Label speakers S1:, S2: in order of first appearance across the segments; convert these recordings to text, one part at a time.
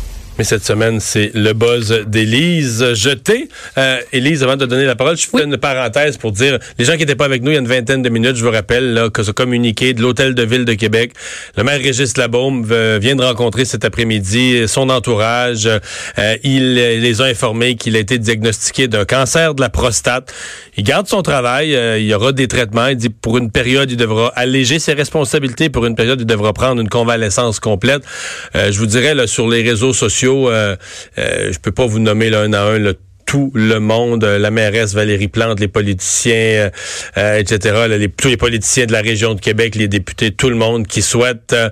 S1: Mais cette semaine, c'est le buzz d'Élise Jeté. Euh, Élise, avant de donner la parole, je fais une parenthèse pour dire, les gens qui n'étaient pas avec nous il y a une vingtaine de minutes, je vous rappelle là, que ce communiqué de l'Hôtel de Ville de Québec, le maire Régis Labaume euh, vient de rencontrer cet après-midi son entourage. Euh, il euh, les a informés qu'il a été diagnostiqué d'un cancer de la prostate. Il garde son travail, euh, il y aura des traitements. Il dit pour une période, il devra alléger ses responsabilités. Pour une période, il devra prendre une convalescence complète. Euh, je vous dirais là, sur les réseaux sociaux, euh, euh, je peux pas vous nommer là, un à un là, tout le monde, euh, la mairesse Valérie Plante, les politiciens, euh, euh, etc., là, les, tous les politiciens de la région de Québec, les députés, tout le monde qui souhaite euh,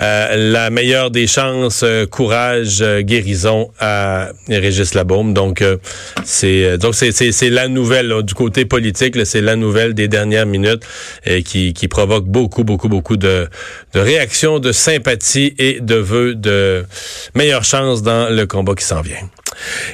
S1: euh, la meilleure des chances, euh, courage, euh, guérison à Régis Labaume. Donc, euh, c'est euh, donc c'est- c'est c'est la nouvelle là, du côté politique, là, c'est la nouvelle des dernières minutes et qui, qui provoque beaucoup, beaucoup, beaucoup de, de réactions, de sympathie et de vœux de meilleure chance dans le combat qui s'en vient.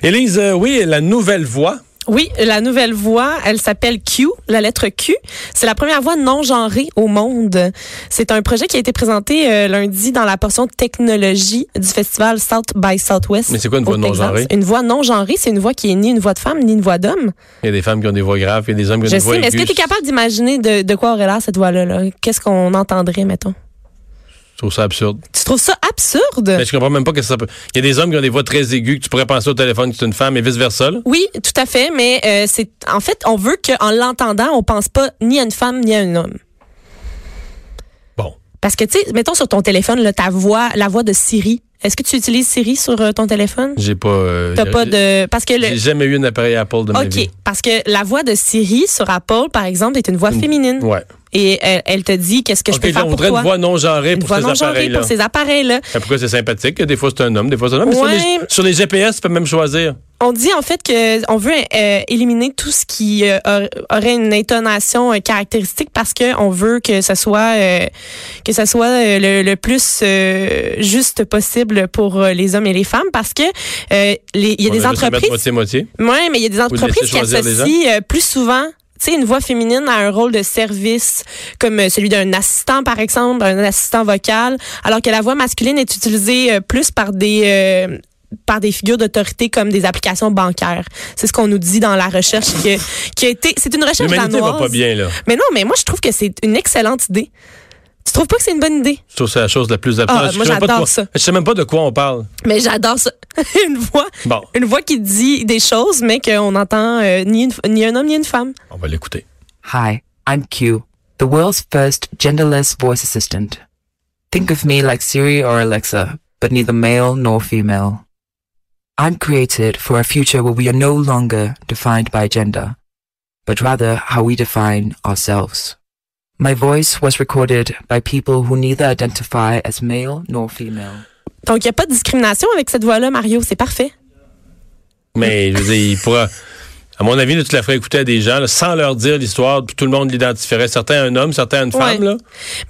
S1: Élise, euh, oui, la nouvelle voix.
S2: Oui, la nouvelle voix, elle s'appelle Q, la lettre Q. C'est la première voix non genrée au monde. C'est un projet qui a été présenté euh, lundi dans la portion technologie du festival South by Southwest.
S1: Mais c'est quoi une voix
S2: au
S1: non
S2: Texas.
S1: genrée?
S2: Une voix non genrée, c'est une voix qui est ni une voix de femme ni une voix d'homme.
S1: Il y a des femmes qui ont des voix graves, il y a des hommes qui ont
S2: Je
S1: des voix
S2: sais, mais est-ce que
S1: aiguës.
S2: tu es capable d'imaginer de, de quoi aurait l'air cette voix-là? là? Qu'est-ce qu'on entendrait, mettons?
S1: Je trouve ça absurde.
S2: Tu trouves ça absurde?
S1: Mais je comprends même pas que ça peut... Il y a des hommes qui ont des voix très aiguës que tu pourrais penser au téléphone que c'est une femme et vice-versa. là.
S2: Oui, tout à fait, mais euh, c'est en fait, on veut qu'en l'entendant, on pense pas ni à une femme ni à un homme.
S1: Bon.
S2: Parce que, tu sais, mettons sur ton téléphone, là, ta voix, la voix de Siri. Est-ce que tu utilises Siri sur euh, ton téléphone?
S1: J'ai pas... euh,
S2: T'as
S1: j'ai-
S2: pas de. Parce que
S1: J'ai
S2: le.
S1: jamais eu un appareil Apple de ma
S2: OK.
S1: vie.
S2: Parce que la voix de Siri sur Apple, par exemple, est une voix féminine.
S1: Ouais.
S2: Et elle, elle te dit qu'est-ce que
S1: OK,
S2: je Hmm. peux
S1: là,
S2: faire
S1: on
S2: pour
S1: voudrait
S2: toi.
S1: une voix non genrée
S2: Une
S1: pour
S2: voix
S1: ces
S2: non genrée
S1: appareils-là.
S2: pour ces appareils-là.
S1: Et Pourquoi c'est sympathique? que Des fois, c'est un homme, des fois, c'est un homme. Mais sur les-
S2: Ouais.
S1: sur, les, GPS, tu peux même choisir.
S2: On dit en fait que on veut euh, éliminer tout ce qui euh, aur- aurait une intonation euh, caractéristique parce que on veut que ça soit euh, que ça soit euh, le, le plus euh, juste possible pour euh, les hommes et les femmes parce que euh, les- il y a
S1: On
S2: des
S1: juste le mettre
S2: entreprises
S1: moitié-moitié.
S2: Ouais, mais il y a des entreprises
S1: laissez
S2: qui
S1: choisir les gens.
S2: associent euh, plus souvent tu sais, une voix féminine à un rôle de service, comme euh, celui d'un assistant, par exemple, un assistant vocal, alors que la voix masculine est utilisée euh, plus par des... euh, par des figures d'autorité comme des applications bancaires. C'est ce qu'on nous dit dans la recherche que, qui a été... C'est une recherche
S1: L'humanité va
S2: danoise.
S1: pas bien, là.
S2: Mais non, mais moi, je trouve que c'est une excellente idée. Tu trouves pas que c'est une bonne idée?
S1: Je trouve que c'est la chose la plus absurde.
S2: Ah,
S1: Je sais
S2: moi,
S1: même pas de
S2: j'adore
S1: quoi-
S2: ça.
S1: Je sais même pas de quoi on parle.
S2: Mais j'adore ça. une voix
S1: Bon,
S2: une voix qui dit des choses, mais qu'on n'entend euh, ni, une- ni un homme ni une femme.
S1: on va l'écouter.
S3: Hi, I'm Q, the world's first genderless voice assistant. Think of me like Siri or Alexa, but neither male nor female. I'm created for a future where we are no longer defined by gender, but rather how we define ourselves. My voice was recorded by people who neither identify as male nor female.
S2: Donc, il n'y a pas de discrimination avec cette voix-là, Mario. C'est parfait.
S1: Mais je veux dire, il pourra. À mon avis, là, tu la ferais écouter à des gens là, sans leur dire l'histoire, puis tout le monde l'identifierait. Certains un homme, certains une femme.
S2: Ouais.
S1: Là.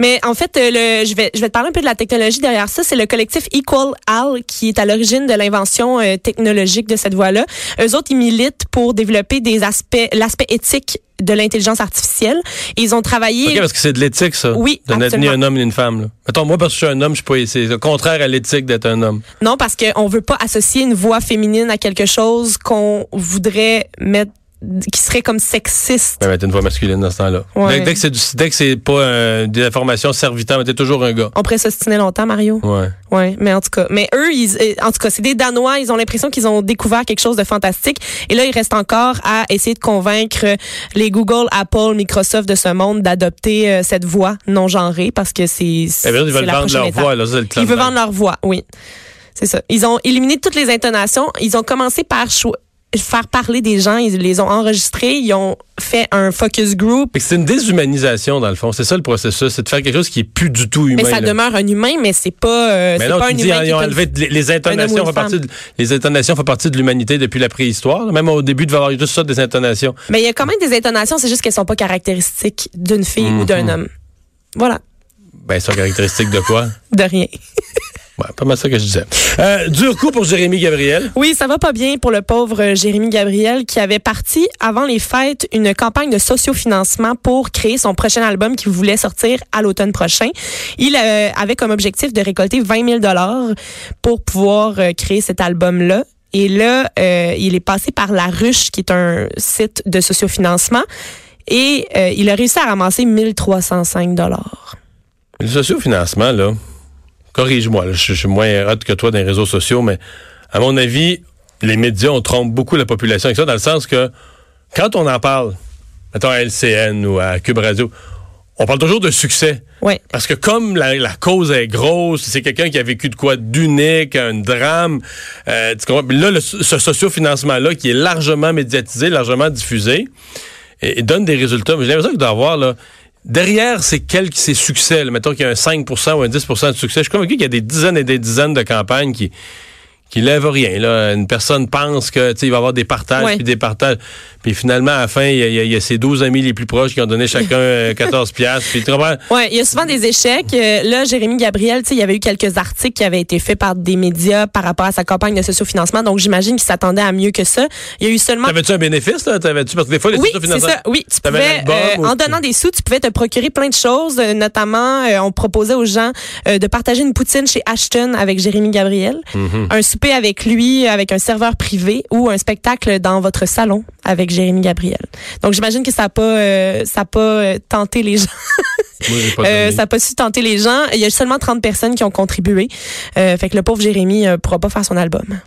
S2: Mais en fait, euh, le, je, vais, je vais te parler un peu de la technologie derrière ça. C'est le collectif Equal Al qui est à l'origine de l'invention euh, technologique de cette voie-là. Eux autres, ils militent pour développer des aspects, l'aspect éthique de l'intelligence artificielle. Et ils ont travaillé...
S1: OK, parce que c'est de l'éthique, ça.
S2: Oui,
S1: de n'être ni
S2: absolument.
S1: un homme ni une femme. Là. Mettons, moi, parce que je suis un homme, je suis pas. C'est le contraire à l'éthique d'être un homme.
S2: Non, parce qu'on veut pas associer une voix féminine à quelque chose qu'on voudrait mettre, qui serait comme sexiste.
S1: Mais mettre une voix masculine dans ce temps-là.
S2: Ouais.
S1: Dès, dès que c'est du- dès que c'est pas euh, des informations servitant, mais t'es toujours un gars.
S2: On pourrait s'ostiner longtemps, Mario.
S1: Ouais.
S2: Ouais, mais en tout cas, mais eux, ils, euh, en tout cas, c'est des Danois. Ils ont l'impression qu'ils ont découvert quelque chose de fantastique. Et là, il reste encore à essayer de convaincre euh, les Google, Apple, Microsoft de ce monde d'adopter euh, cette voix non genrée parce que c'est.
S1: Eh bien, ils
S2: c'est
S1: veulent
S2: la
S1: vendre
S2: prochaine
S1: leur
S2: étape.
S1: voix, là. Ça, c'est le
S2: Ils
S1: clair.
S2: veulent vendre leur voix, oui. C'est ça. Ils ont éliminé toutes les intonations. Ils ont commencé par cho- faire parler des gens. Ils les ont enregistrés. Ils ont fait un focus group.
S1: Fait que C'est une déshumanisation, dans le fond. C'est ça le processus. C'est de faire quelque chose qui est plus du tout humain.
S2: Mais ça
S1: là.
S2: demeure un humain, mais c'est pas, euh,
S1: Mais
S2: c'est
S1: non,
S2: pas
S1: tu
S2: un
S1: dis,
S2: humain. qui
S1: ils ont
S2: est
S1: enlevé les, les
S2: un homme ou
S1: intonations.
S2: une
S1: font partie
S2: femme.
S1: de, les intonations font partie de l'humanité depuis la préhistoire. là. Même au début, il devait y avoir juste ça, des intonations.
S2: Mais il y a quand même des intonations, c'est juste qu'elles sont pas caractéristiques d'une fille ou d'un homme. Voilà,
S1: Ben, c'est caractéristique de quoi?
S2: de rien.
S1: Ouais, pas mal ça que je disais. Euh, dur coup pour Jérémy Gabriel.
S2: Oui, ça va pas bien pour le pauvre euh, Jérémy Gabriel qui avait parti avant les fêtes une campagne de sociofinancement pour créer son prochain album qu'il voulait sortir à l'automne prochain. Il euh, avait comme objectif de récolter 20 000 pour pouvoir euh, créer cet album-là. Et là, euh, il est passé par La Ruche, qui est un site de sociofinancement, et euh, il a réussi à ramasser 1305 dollars.
S1: Le sociofinancement, là, corrige-moi, là, je je suis moins hot que toi dans les réseaux sociaux, mais à mon avis, les médias, on trompe beaucoup la population avec ça, dans le sens que quand on en parle, mettons à LCN ou à Cube Radio, on parle toujours de succès.
S2: Ouais.
S1: Parce que comme la, la cause est grosse, c'est quelqu'un qui a vécu de quoi d'unique, un drame, euh, tu comprends? Puis là, le- ce sociofinancement-là, qui est largement médiatisé, largement diffusé, et, et donne des résultats. Mais j'ai l'impression qu'il doit y avoir, là, derrière ces quelques, ces succès, là, mettons qu'il y a un 5 ou un 10 de succès, je suis convaincu qu'il y a des dizaines et des dizaines de campagnes qui qui lèvent rien. Là. Une personne pense que tu sais, il va y avoir des partages,
S2: Ouais.
S1: puis des partages. Puis finalement, à la fin, il y, a- il y a- il y a ses 12 amis les plus proches qui ont donné chacun euh, 14 piastres. Puis tu comprends?
S2: Ouais, il y a souvent des échecs. Euh, là, Jérémy Gabriel, tu sais, il y avait eu quelques articles qui avaient été faits par des médias par rapport à sa campagne de sociofinancement, donc j'imagine qu'il s'attendait à mieux que ça. Il y a eu seulement
S1: T'avais-tu un bénéfice, là? T'avais-tu? Parce que des fois, les
S2: Oui,
S1: structures
S2: c'est
S1: financières-
S2: ça. Oui, tu
S1: T'avais
S2: pouvais,
S1: l'album
S2: euh,
S1: ou
S2: en
S1: tu-
S2: donnant des sous, tu pouvais te procurer plein de choses. euh, notamment, euh, on proposait aux gens euh, de partager une poutine chez Ashton avec Jérémy Gabriel,
S1: Mhm.
S2: un souper avec lui, euh, avec un serveur privé ou un spectacle dans votre salon avec Jérémy Gabriel. Donc, j'imagine que ça n'a pas, euh, ça a pas euh, tenté les gens.
S1: Moi, j'ai pas
S2: Euh,
S1: donné.
S2: ça n'a pas su tenter les gens. Il y a seulement 30 personnes qui ont contribué. Euh, fait que le pauvre Jérémy ne pourra pas faire son album.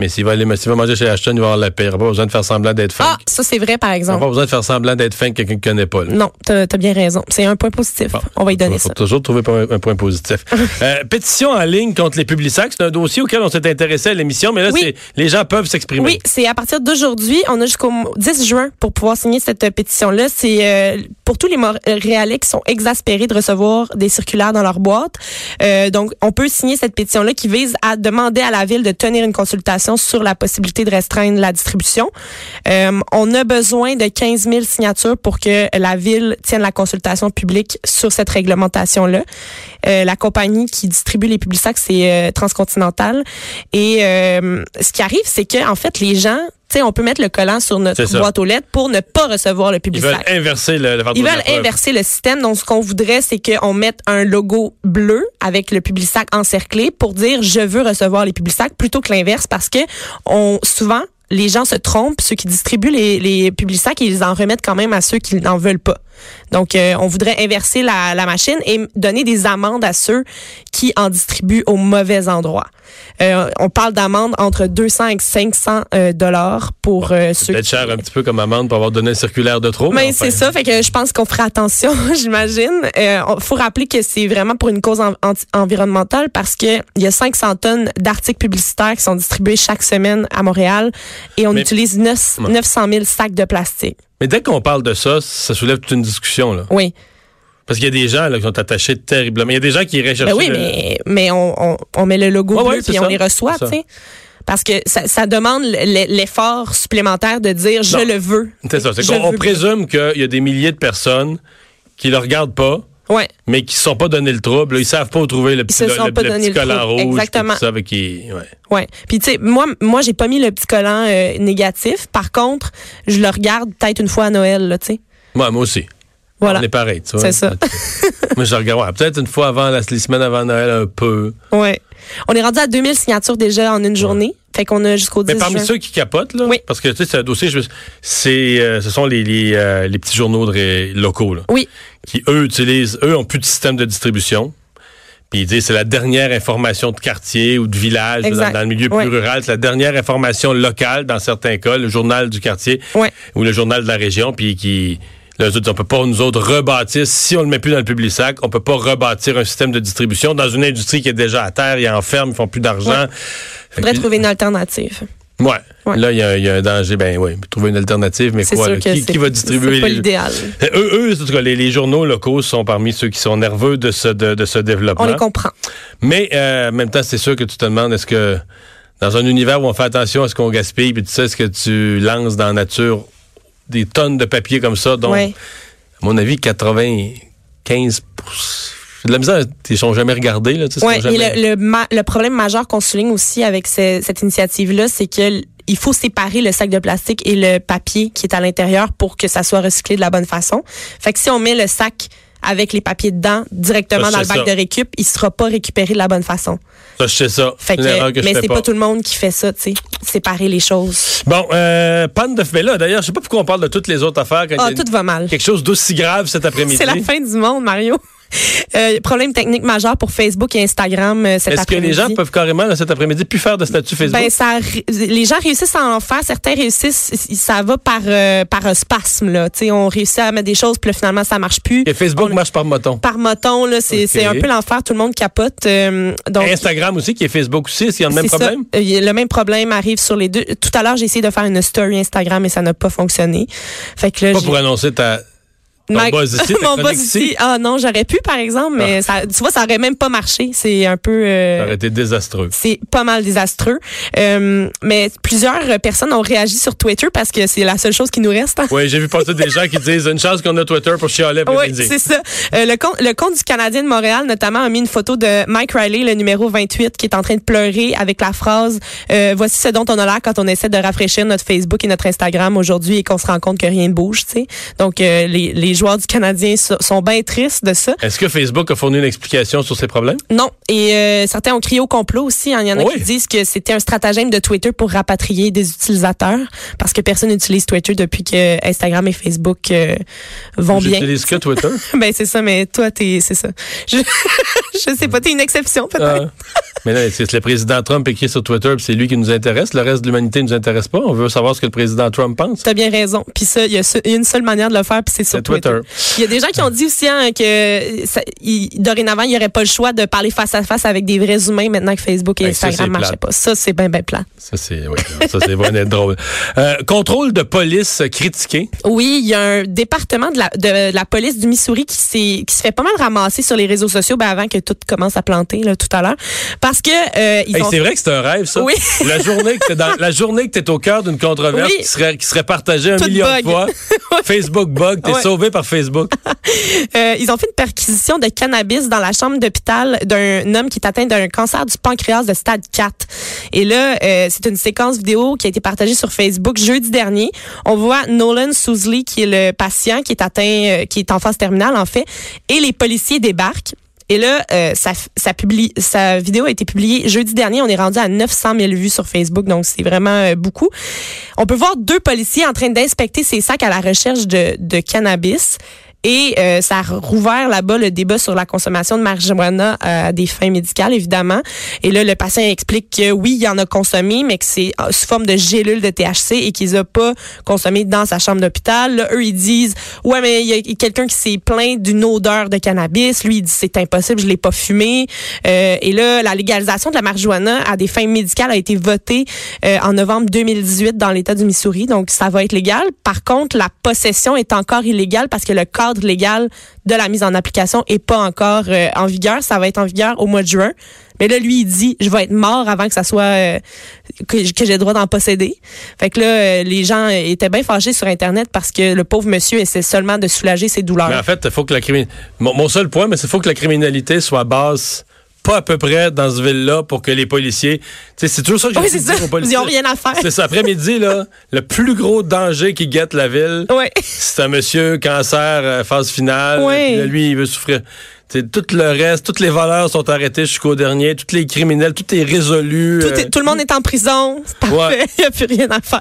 S1: Mais s'il va, aller, mais s'il va manger chez Ashton, il va avoir la paix. Il n'aura pas besoin de faire semblant d'être fin.
S2: Ah, ça, c'est vrai, par
S1: il n'aura
S2: exemple.
S1: pas besoin de faire semblant d'être fin que quelqu'un ne connaît pas. là.
S2: Non, t'as as bien raison. C'est un point positif.
S1: Bon.
S2: on va y donner
S1: faut
S2: ça.
S1: toujours trouver un, un point positif. Euh, pétition en ligne contre les publics sacs, c'est un dossier auquel on s'est intéressé à l'émission, mais là,
S2: Oui.
S1: c'est, les gens peuvent s'exprimer.
S2: Oui, c'est à partir d'aujourd'hui. On a jusqu'au 10 juin pour pouvoir signer cette euh, pétition-là. C'est euh, pour tous les Montréalais qui sont exaspérés de recevoir des circulaires dans leur boîte. Euh, donc, on peut signer cette pétition-là qui vise à demander à la ville de tenir une consultation sur la possibilité de restreindre la distribution. Euh, on a besoin de 15 000 signatures pour que la ville tienne la consultation publique sur cette réglementation-là. Euh, la compagnie qui distribue les publics sacs, c'est euh, Transcontinental. Et euh, ce qui arrive, c'est que en fait, les gens, tu sais, on peut mettre le collant sur notre
S1: C'est ça.
S2: boîte aux lettres pour ne pas recevoir le
S1: Ils
S2: public
S1: veulent
S2: sac.
S1: inverser le, le fardeau
S2: Ils
S1: de la
S2: veulent
S1: preuve.
S2: inverser le système. Donc, ce qu'on voudrait, c'est qu'on mette un logo bleu avec le Publisac encerclé pour dire je veux recevoir les Publisac plutôt que l'inverse parce que on, souvent, les gens se trompent. Ceux qui distribuent les, les Publisac, ils en remettent quand même à ceux qui n'en veulent pas. Donc, euh, on voudrait inverser la, la machine et m- donner des amendes à ceux qui en distribuent au mauvais endroit. Euh, on parle d'amendes entre 200 et 500 euh, dollars pour euh,
S1: C'est
S2: ceux
S1: peut-être
S2: qui...
S1: cher un petit peu comme amende pour avoir donné un circulaire de trop.
S2: Mais
S1: enfin.
S2: Ben, c'est ça, fait que je pense qu'on fera attention, j'imagine. Euh, on- faut rappeler que c'est vraiment pour une cause en- anti- environnementale parce que il y a 500 tonnes d'articles publicitaires qui sont distribués chaque semaine à Montréal et on
S1: Mais-
S2: utilise neuf- 900 000 sacs de plastique.
S1: Mais dès qu'on parle de ça, ça soulève toute une discussion. Là.
S2: Oui.
S1: Parce qu'il y a des gens là, qui sont attachés terriblement. Il y a des gens qui iraient chercher
S2: Ben oui,
S1: le-
S2: mais, mais on, on, on met le logo
S1: Ouais,
S2: bleu
S1: ouais, c'est
S2: puis
S1: ça.
S2: on les reçoit,
S1: C'est
S2: tu
S1: ça.
S2: sais. Parce que ça, ça demande l'e- l'effort supplémentaire de dire je
S1: Non.
S2: le veux.
S1: C'est ça. C'est
S2: Je
S1: qu'on on
S2: veux-
S1: présume qu'il y a des milliers de personnes qui le regardent pas,
S2: Ouais.
S1: mais qui ne se sont pas donné le trouble. Ils savent pas où trouver le petit,
S2: se
S1: le,
S2: sont
S1: le-
S2: pas
S1: le
S2: donné
S1: petit
S2: le
S1: collant
S2: trouble.
S1: rouge. puis
S2: Exactement.
S1: tout ça, avec qui- ouais.
S2: Ouais. Puis tu sais, moi, moi, j'ai pas mis le petit collant euh, négatif. Par contre, je le regarde peut-être une fois à Noël, là, tu sais.
S1: Moi, moi aussi.
S2: Voilà.
S1: On est pareil, tu vois.
S2: C'est ça.
S1: Moi, je regarde. ouais, Peut-être une fois avant, la, les semaines avant Noël, un peu.
S2: Ouais. On est rendu à 2000 signatures déjà en une journée. Fait qu'on a jusqu'au 10
S1: Mais parmi
S2: juin.
S1: ceux qui capotent, là,
S2: Oui.
S1: parce que tu sais, c'est un dossier, je me- c'est, euh, ce sont les, les, euh, les petits journaux de ré- locaux là,
S2: Oui.
S1: qui, eux, utilisent, eux, ont plus de système de distribution. Puis ils disent c'est la dernière information de quartier ou de village
S2: Exact.
S1: dans, dans le milieu
S2: Ouais.
S1: plus rural, c'est la dernière information locale dans certains cas, le journal du quartier
S2: Ouais.
S1: ou le journal de la région, puis qui là, eux autres, on peut pas nous autres rebâtir si on le met plus dans le public sac, on peut pas rebâtir un système de distribution dans une industrie qui est déjà à terre, ils en ferment, ils font plus d'argent.
S2: Faudrait
S1: Fait que-
S2: trouver une alternative.
S1: Ouais.
S2: Ouais.
S1: Là, il y, a- il y a un danger. Ben oui, trouver une alternative, mais
S2: C'est
S1: quoi?
S2: sûr
S1: là?
S2: que
S1: Qui,
S2: c'est-
S1: qui va distribuer
S2: c'est pas
S1: les-
S2: l'idéal.
S1: Eux, Euh, eux, en tout cas, les, les journaux locaux sont parmi ceux qui sont nerveux de ce, de, de ce
S2: On
S1: développement.
S2: les comprend.
S1: mais euh, en même temps, c'est sûr que tu te demandes est-ce que dans un univers où on fait attention à ce qu'on gaspille, puis tu sais, est-ce que tu lances dans la nature des tonnes de papier comme ça, dont,
S2: Ouais.
S1: à mon avis, 95 J'ai de la misère, ils sont jamais regardés. Là, tu sais, ils
S2: Ouais,
S1: sont jamais-
S2: et le, le, ma- le problème majeur qu'on souligne aussi avec ce- cette initiative-là, c'est que l- il faut séparer le sac de plastique et le papier qui est à l'intérieur pour que ça soit recyclé de la bonne façon. Fait que si on met le sac avec les papiers dedans directement
S1: Ça,
S2: dans le
S1: c'est
S2: bac
S1: ça.
S2: de récup, il sera pas récupéré de la bonne façon.
S1: Ça, je sais ça.
S2: Fait que,
S1: Une erreur que je
S2: mais
S1: fais
S2: c'est pas. tout le monde qui fait ça, tu sais, séparer les choses.
S1: Bon, euh, panne de mais là, d'ailleurs, je sais pas pourquoi on parle de toutes les autres affaires quand
S2: Ah,
S1: il y a
S2: tout va mal.
S1: Eh ben, quelque chose d'aussi grave cet après-midi.
S2: C'est la fin du monde, Mario. Euh, problème technique majeur pour Facebook et Instagram euh, cet
S1: Est-ce que
S2: après-midi.
S1: les gens peuvent carrément, là, cet après-midi, plus faire de statut Facebook?
S2: Ben, ça, ré- les gens réussissent à en faire. Certains réussissent, i- ça va par, euh, par euh, spasme, là. Tu sais, on réussit à mettre des choses, puis là, finalement, ça marche plus.
S1: Et Facebook marche par moton.
S2: Par moton, là, c'est
S1: Ok.
S2: c'est un peu l'enfer. Tout le monde capote. euh, donc,
S1: Instagram aussi, qui est Facebook aussi, est-ce qu'il y a le même
S2: c'est ça.
S1: problème?
S2: Euh, y a Le même problème arrive sur les deux. Tout à l'heure, j'ai essayé de faire une story Instagram et ça n'a pas fonctionné. Fait que là,
S1: Pas
S2: j'ai-
S1: pour annoncer ta. ton
S2: Ma-
S1: buzz ici, ta
S2: mon
S1: chronique
S2: buzz
S1: ici. Ah.
S2: ici. Ah non, j'aurais pu, par exemple, mais ça, tu vois, ça aurait même pas marché. C'est un peu. euh,
S1: Ça aurait été désastreux.
S2: c'est pas mal désastreux. Euh, mais plusieurs euh, personnes ont réagi sur Twitter parce que c'est la seule chose qui nous reste. hein.
S1: Oui, j'ai vu passer des gens qui disent une chance qu'on a Twitter pour chialer
S2: Oui,
S1: après-midi.
S2: c'est ça. Euh, le, compte, le compte du Canadien de Montréal, notamment, a mis une photo de Mike Riley, le numéro 28, qui est en train de pleurer avec la phrase euh, Voici ce dont on a l'air quand on essaie de rafraîchir notre Facebook et notre Instagram aujourd'hui et qu'on se rend compte que rien ne bouge. tu sais. Donc, euh, les, les joueurs du Canadien so- sont bien tristes de ça.
S1: Est-ce que Facebook a fourni une explication sur ces problèmes?
S2: Non. Et euh, certains ont crié au complot aussi. hein. Il y en a
S1: Oui.
S2: qui disent que c'était un stratagème de Twitter pour rapatrier des utilisateurs parce que personne n'utilise Twitter depuis que Instagram et Facebook euh, vont bien.
S1: J'utilise que Twitter.
S2: Ben c'est ça, mais toi t'es c'est ça. Je, je sais pas, t'es une exception peut-être.
S1: Ah. Mais là, c'est le président Trump écrit sur Twitter, puis c'est lui qui nous intéresse. Le reste de l'humanité ne nous intéresse pas. On veut savoir ce que le président Trump pense.
S2: T'as bien raison. Puis ça, il y a se- il y a une seule manière de le faire, puis c'est sur
S1: C'est Twitter.
S2: Twitter. Il y a des gens qui ont dit aussi hein, que ça- il- dorénavant, il n'y aurait pas le choix de parler face à face avec des vrais humains maintenant que Facebook et
S1: Hey, Ben, ça,
S2: Instagram
S1: c'est
S2: ne marchaient
S1: plate.
S2: pas. Ça, c'est ben ben plat.
S1: Ça, c'est oui, ça, c'est vraiment être drôle. Euh, contrôle de police critiqué.
S2: Oui, il y a un département de la, de, la police du Missouri qui s'est qui se fait pas mal ramasser sur les réseaux sociaux ben avant que tout commence à planter là tout à l'heure parce que euh, ils
S1: Hey,
S2: ont
S1: c'est vrai que c'est un rêve, ça.
S2: Oui.
S1: La journée que t'es dans, la journée que t'es au cœur d'une controverse
S2: Oui.
S1: qui, serait, qui serait partagée un
S2: Tout
S1: million de
S2: bug.
S1: fois. Facebook bug, t'es
S2: Ouais.
S1: sauvé par Facebook.
S2: Euh, ils ont fait une perquisition de cannabis dans la chambre d'hôpital d'un homme qui est atteint d'un cancer du pancréas de stade 4. Et là, euh, c'est une séquence vidéo qui a été partagée sur Facebook jeudi dernier. On voit Nolan Sousley, qui est le patient qui est atteint, euh, qui est en phase terminale en fait, et les policiers débarquent. Et là, euh, sa, sa, publi- sa vidéo a été publiée jeudi dernier. On est rendu à 900 000 vues sur Facebook, donc c'est vraiment euh, beaucoup. On peut voir deux policiers en train d'inspecter ces sacs à la recherche de, de cannabis. Et euh, ça a rouvert là-bas le débat sur la consommation de marijuana euh, à des fins médicales, évidemment. Et là, le patient explique que oui, il en a consommé, mais que c'est euh, sous forme de gélules de THC et qu'ils a pas consommé dans sa chambre d'hôpital. Là, eux, ils disent, ouais, mais il y a quelqu'un qui s'est plaint d'une odeur de cannabis. Lui, il dit, c'est impossible, je l'ai pas fumé. Euh, et là, la légalisation de la marijuana à des fins médicales a été votée euh, en novembre 2018 dans l'État du Missouri. Donc, ça va être légal. Par contre, la possession est encore illégale parce que le cadre légal de la mise en application est pas encore euh, en vigueur. Ça va être en vigueur au mois de juin. Mais là, lui, il dit, je vais être mort avant que ça soit euh, que, que j'ai le droit d'en posséder. Fait que là, euh, les gens euh, étaient bien fâchés sur Internet parce que le pauvre monsieur essaie seulement de soulager ses douleurs.
S1: Mais en fait, il faut que la crimi- mon, mon seul point, mais c'est faut que la criminalité soit basse, pas à peu près dans ce ville-là pour que les policiers. Tu sais, c'est toujours ça que j'ai
S2: Oui,
S1: dit
S2: c'est ça.
S1: aux policiers.
S2: Ils ont rien à faire.
S1: C'est ça. Après-midi, là, le plus gros danger qui guette la ville,
S2: Ouais.
S1: c'est un monsieur cancer euh, phase finale.
S2: Ouais.
S1: Puis là, lui, il veut souffrir. Tu sais, tout le reste, toutes les valeurs sont arrêtées jusqu'au dernier. Tous les criminels, tout est résolu.
S2: Tout,
S1: euh,
S2: est- tout le monde est en prison. C'est parfait.
S1: Ouais.
S2: Il n'y a plus rien à faire.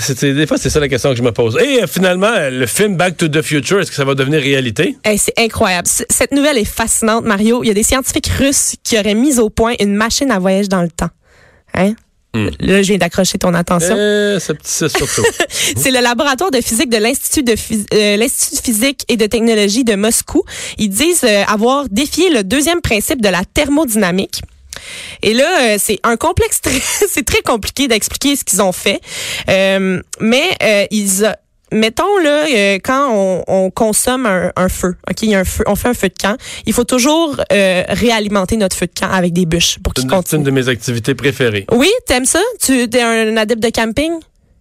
S1: c'était- des fois, c'est ça la question que je me pose. Et euh, finalement, euh, le film Back to the Future, est-ce que ça va devenir réalité?
S2: Hey, c'est incroyable. C- Cette nouvelle est fascinante, Mario. Il y a des scientifiques russes qui auraient mis au point une machine à voyage dans le temps. Hein? Là, je viens d'accrocher ton attention.
S1: Euh, ce petit c'est surtout.
S2: C'est le laboratoire de physique de l'Institut de, phys- euh, l'Institut de physique et de technologie de Moscou. Ils disent euh, avoir défié le deuxième principe de la thermodynamique. Et là, euh, c'est un complexe, très- c'est très compliqué d'expliquer ce qu'ils ont fait. Euh, mais euh, ils, a- mettons là, euh, quand on, on consomme un, un feu, ok, il y a un feu, on fait un feu de camp, il faut toujours euh, réalimenter notre feu de camp avec des bûches pour
S1: C'est une,
S2: qu'il
S1: c'est une
S2: continue.
S1: de mes activités préférées.
S2: Oui, t'aimes ça? Tu es un adepte de camping?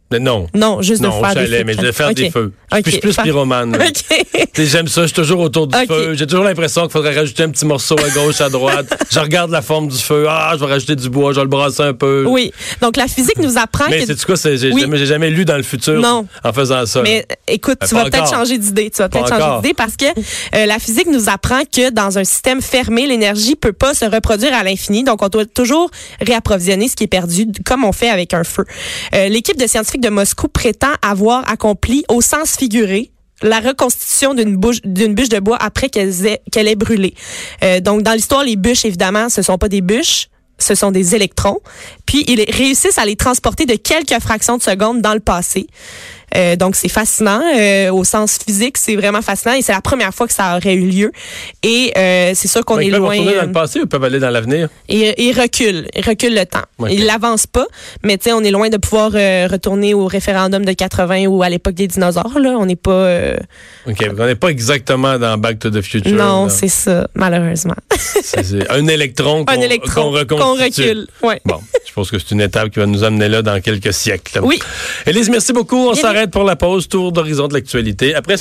S1: Mais non.
S2: Non, juste
S1: non,
S2: de faire
S1: au chalet,
S2: des feux.
S1: mais de faire des feux.
S2: OK.
S1: Je suis plus
S2: Par-
S1: pyromane. là.
S2: OK.
S1: Tu sais, J'aime ça, je suis toujours autour du
S2: Ok.
S1: feu. J'ai toujours l'impression qu'il faudrait rajouter un petit morceau à gauche, à droite. je regarde la forme du feu. Ah, je vais rajouter du bois, je vais le brasser un peu.
S2: Oui. Donc, la physique nous apprend
S1: Mais
S2: que...
S1: c'est quoi, c'est- j'ai
S2: Ah, Oui.
S1: jamais, j'ai jamais lu dans le futur
S2: Non.
S1: en faisant ça.
S2: Mais euh, écoute,
S1: Ben,
S2: tu
S1: pas
S2: vas peut-être
S1: encore.
S2: changer d'idée. Tu vas
S1: Pas
S2: peut-être changer
S1: encore.
S2: d'idée parce que euh, la physique nous apprend que dans un système fermé, l'énergie peut pas se reproduire à l'infini. Donc, on doit toujours réapprovisionner ce qui est perdu, d- comme on fait avec un feu. Euh, L'équipe de scientifiques de Moscou prétend avoir accompli au sens figuré la reconstitution d'une bouche d'une bûche de bois après qu'elle ait, qu'elle ait brûlé. Euh, donc dans l'histoire les bûches évidemment ce sont pas des bûches, ce sont des électrons, puis ils réussissent à les transporter de quelques fractions de secondes dans le passé. Euh, donc c'est fascinant Euh, au sens physique, c'est vraiment fascinant et c'est la première fois que ça aurait eu lieu. Et euh, c'est sûr qu'on
S1: Fait
S2: est
S1: que là, ils vont
S2: loin.
S1: retourner dans
S2: euh,
S1: le passé ou ils peuvent aller dans l'avenir?
S2: il, il recule, il recule le temps.
S1: Ok.
S2: Il l'avance pas, mais tu sais, on est loin de pouvoir euh, retourner au référendum de 80 ou à l'époque des dinosaures. Là, on n'est pas. euh,
S1: OK. On n'est pas exactement dans Back to the Future.
S2: non,
S1: là.
S2: c'est ça, malheureusement.
S1: C'est- c'est un électron qu'on
S2: Un électron
S1: qu'on
S2: qu'on
S1: reconstitue.
S2: recule. Ouais.
S1: Bon, je pense que c'est une étape qui va nous amener là dans quelques siècles.
S2: Oui.
S1: Élise, merci beaucoup. On
S2: Bienvenue.
S1: s'arrête pour la pause. Tour d'horizon de l'actualité. Après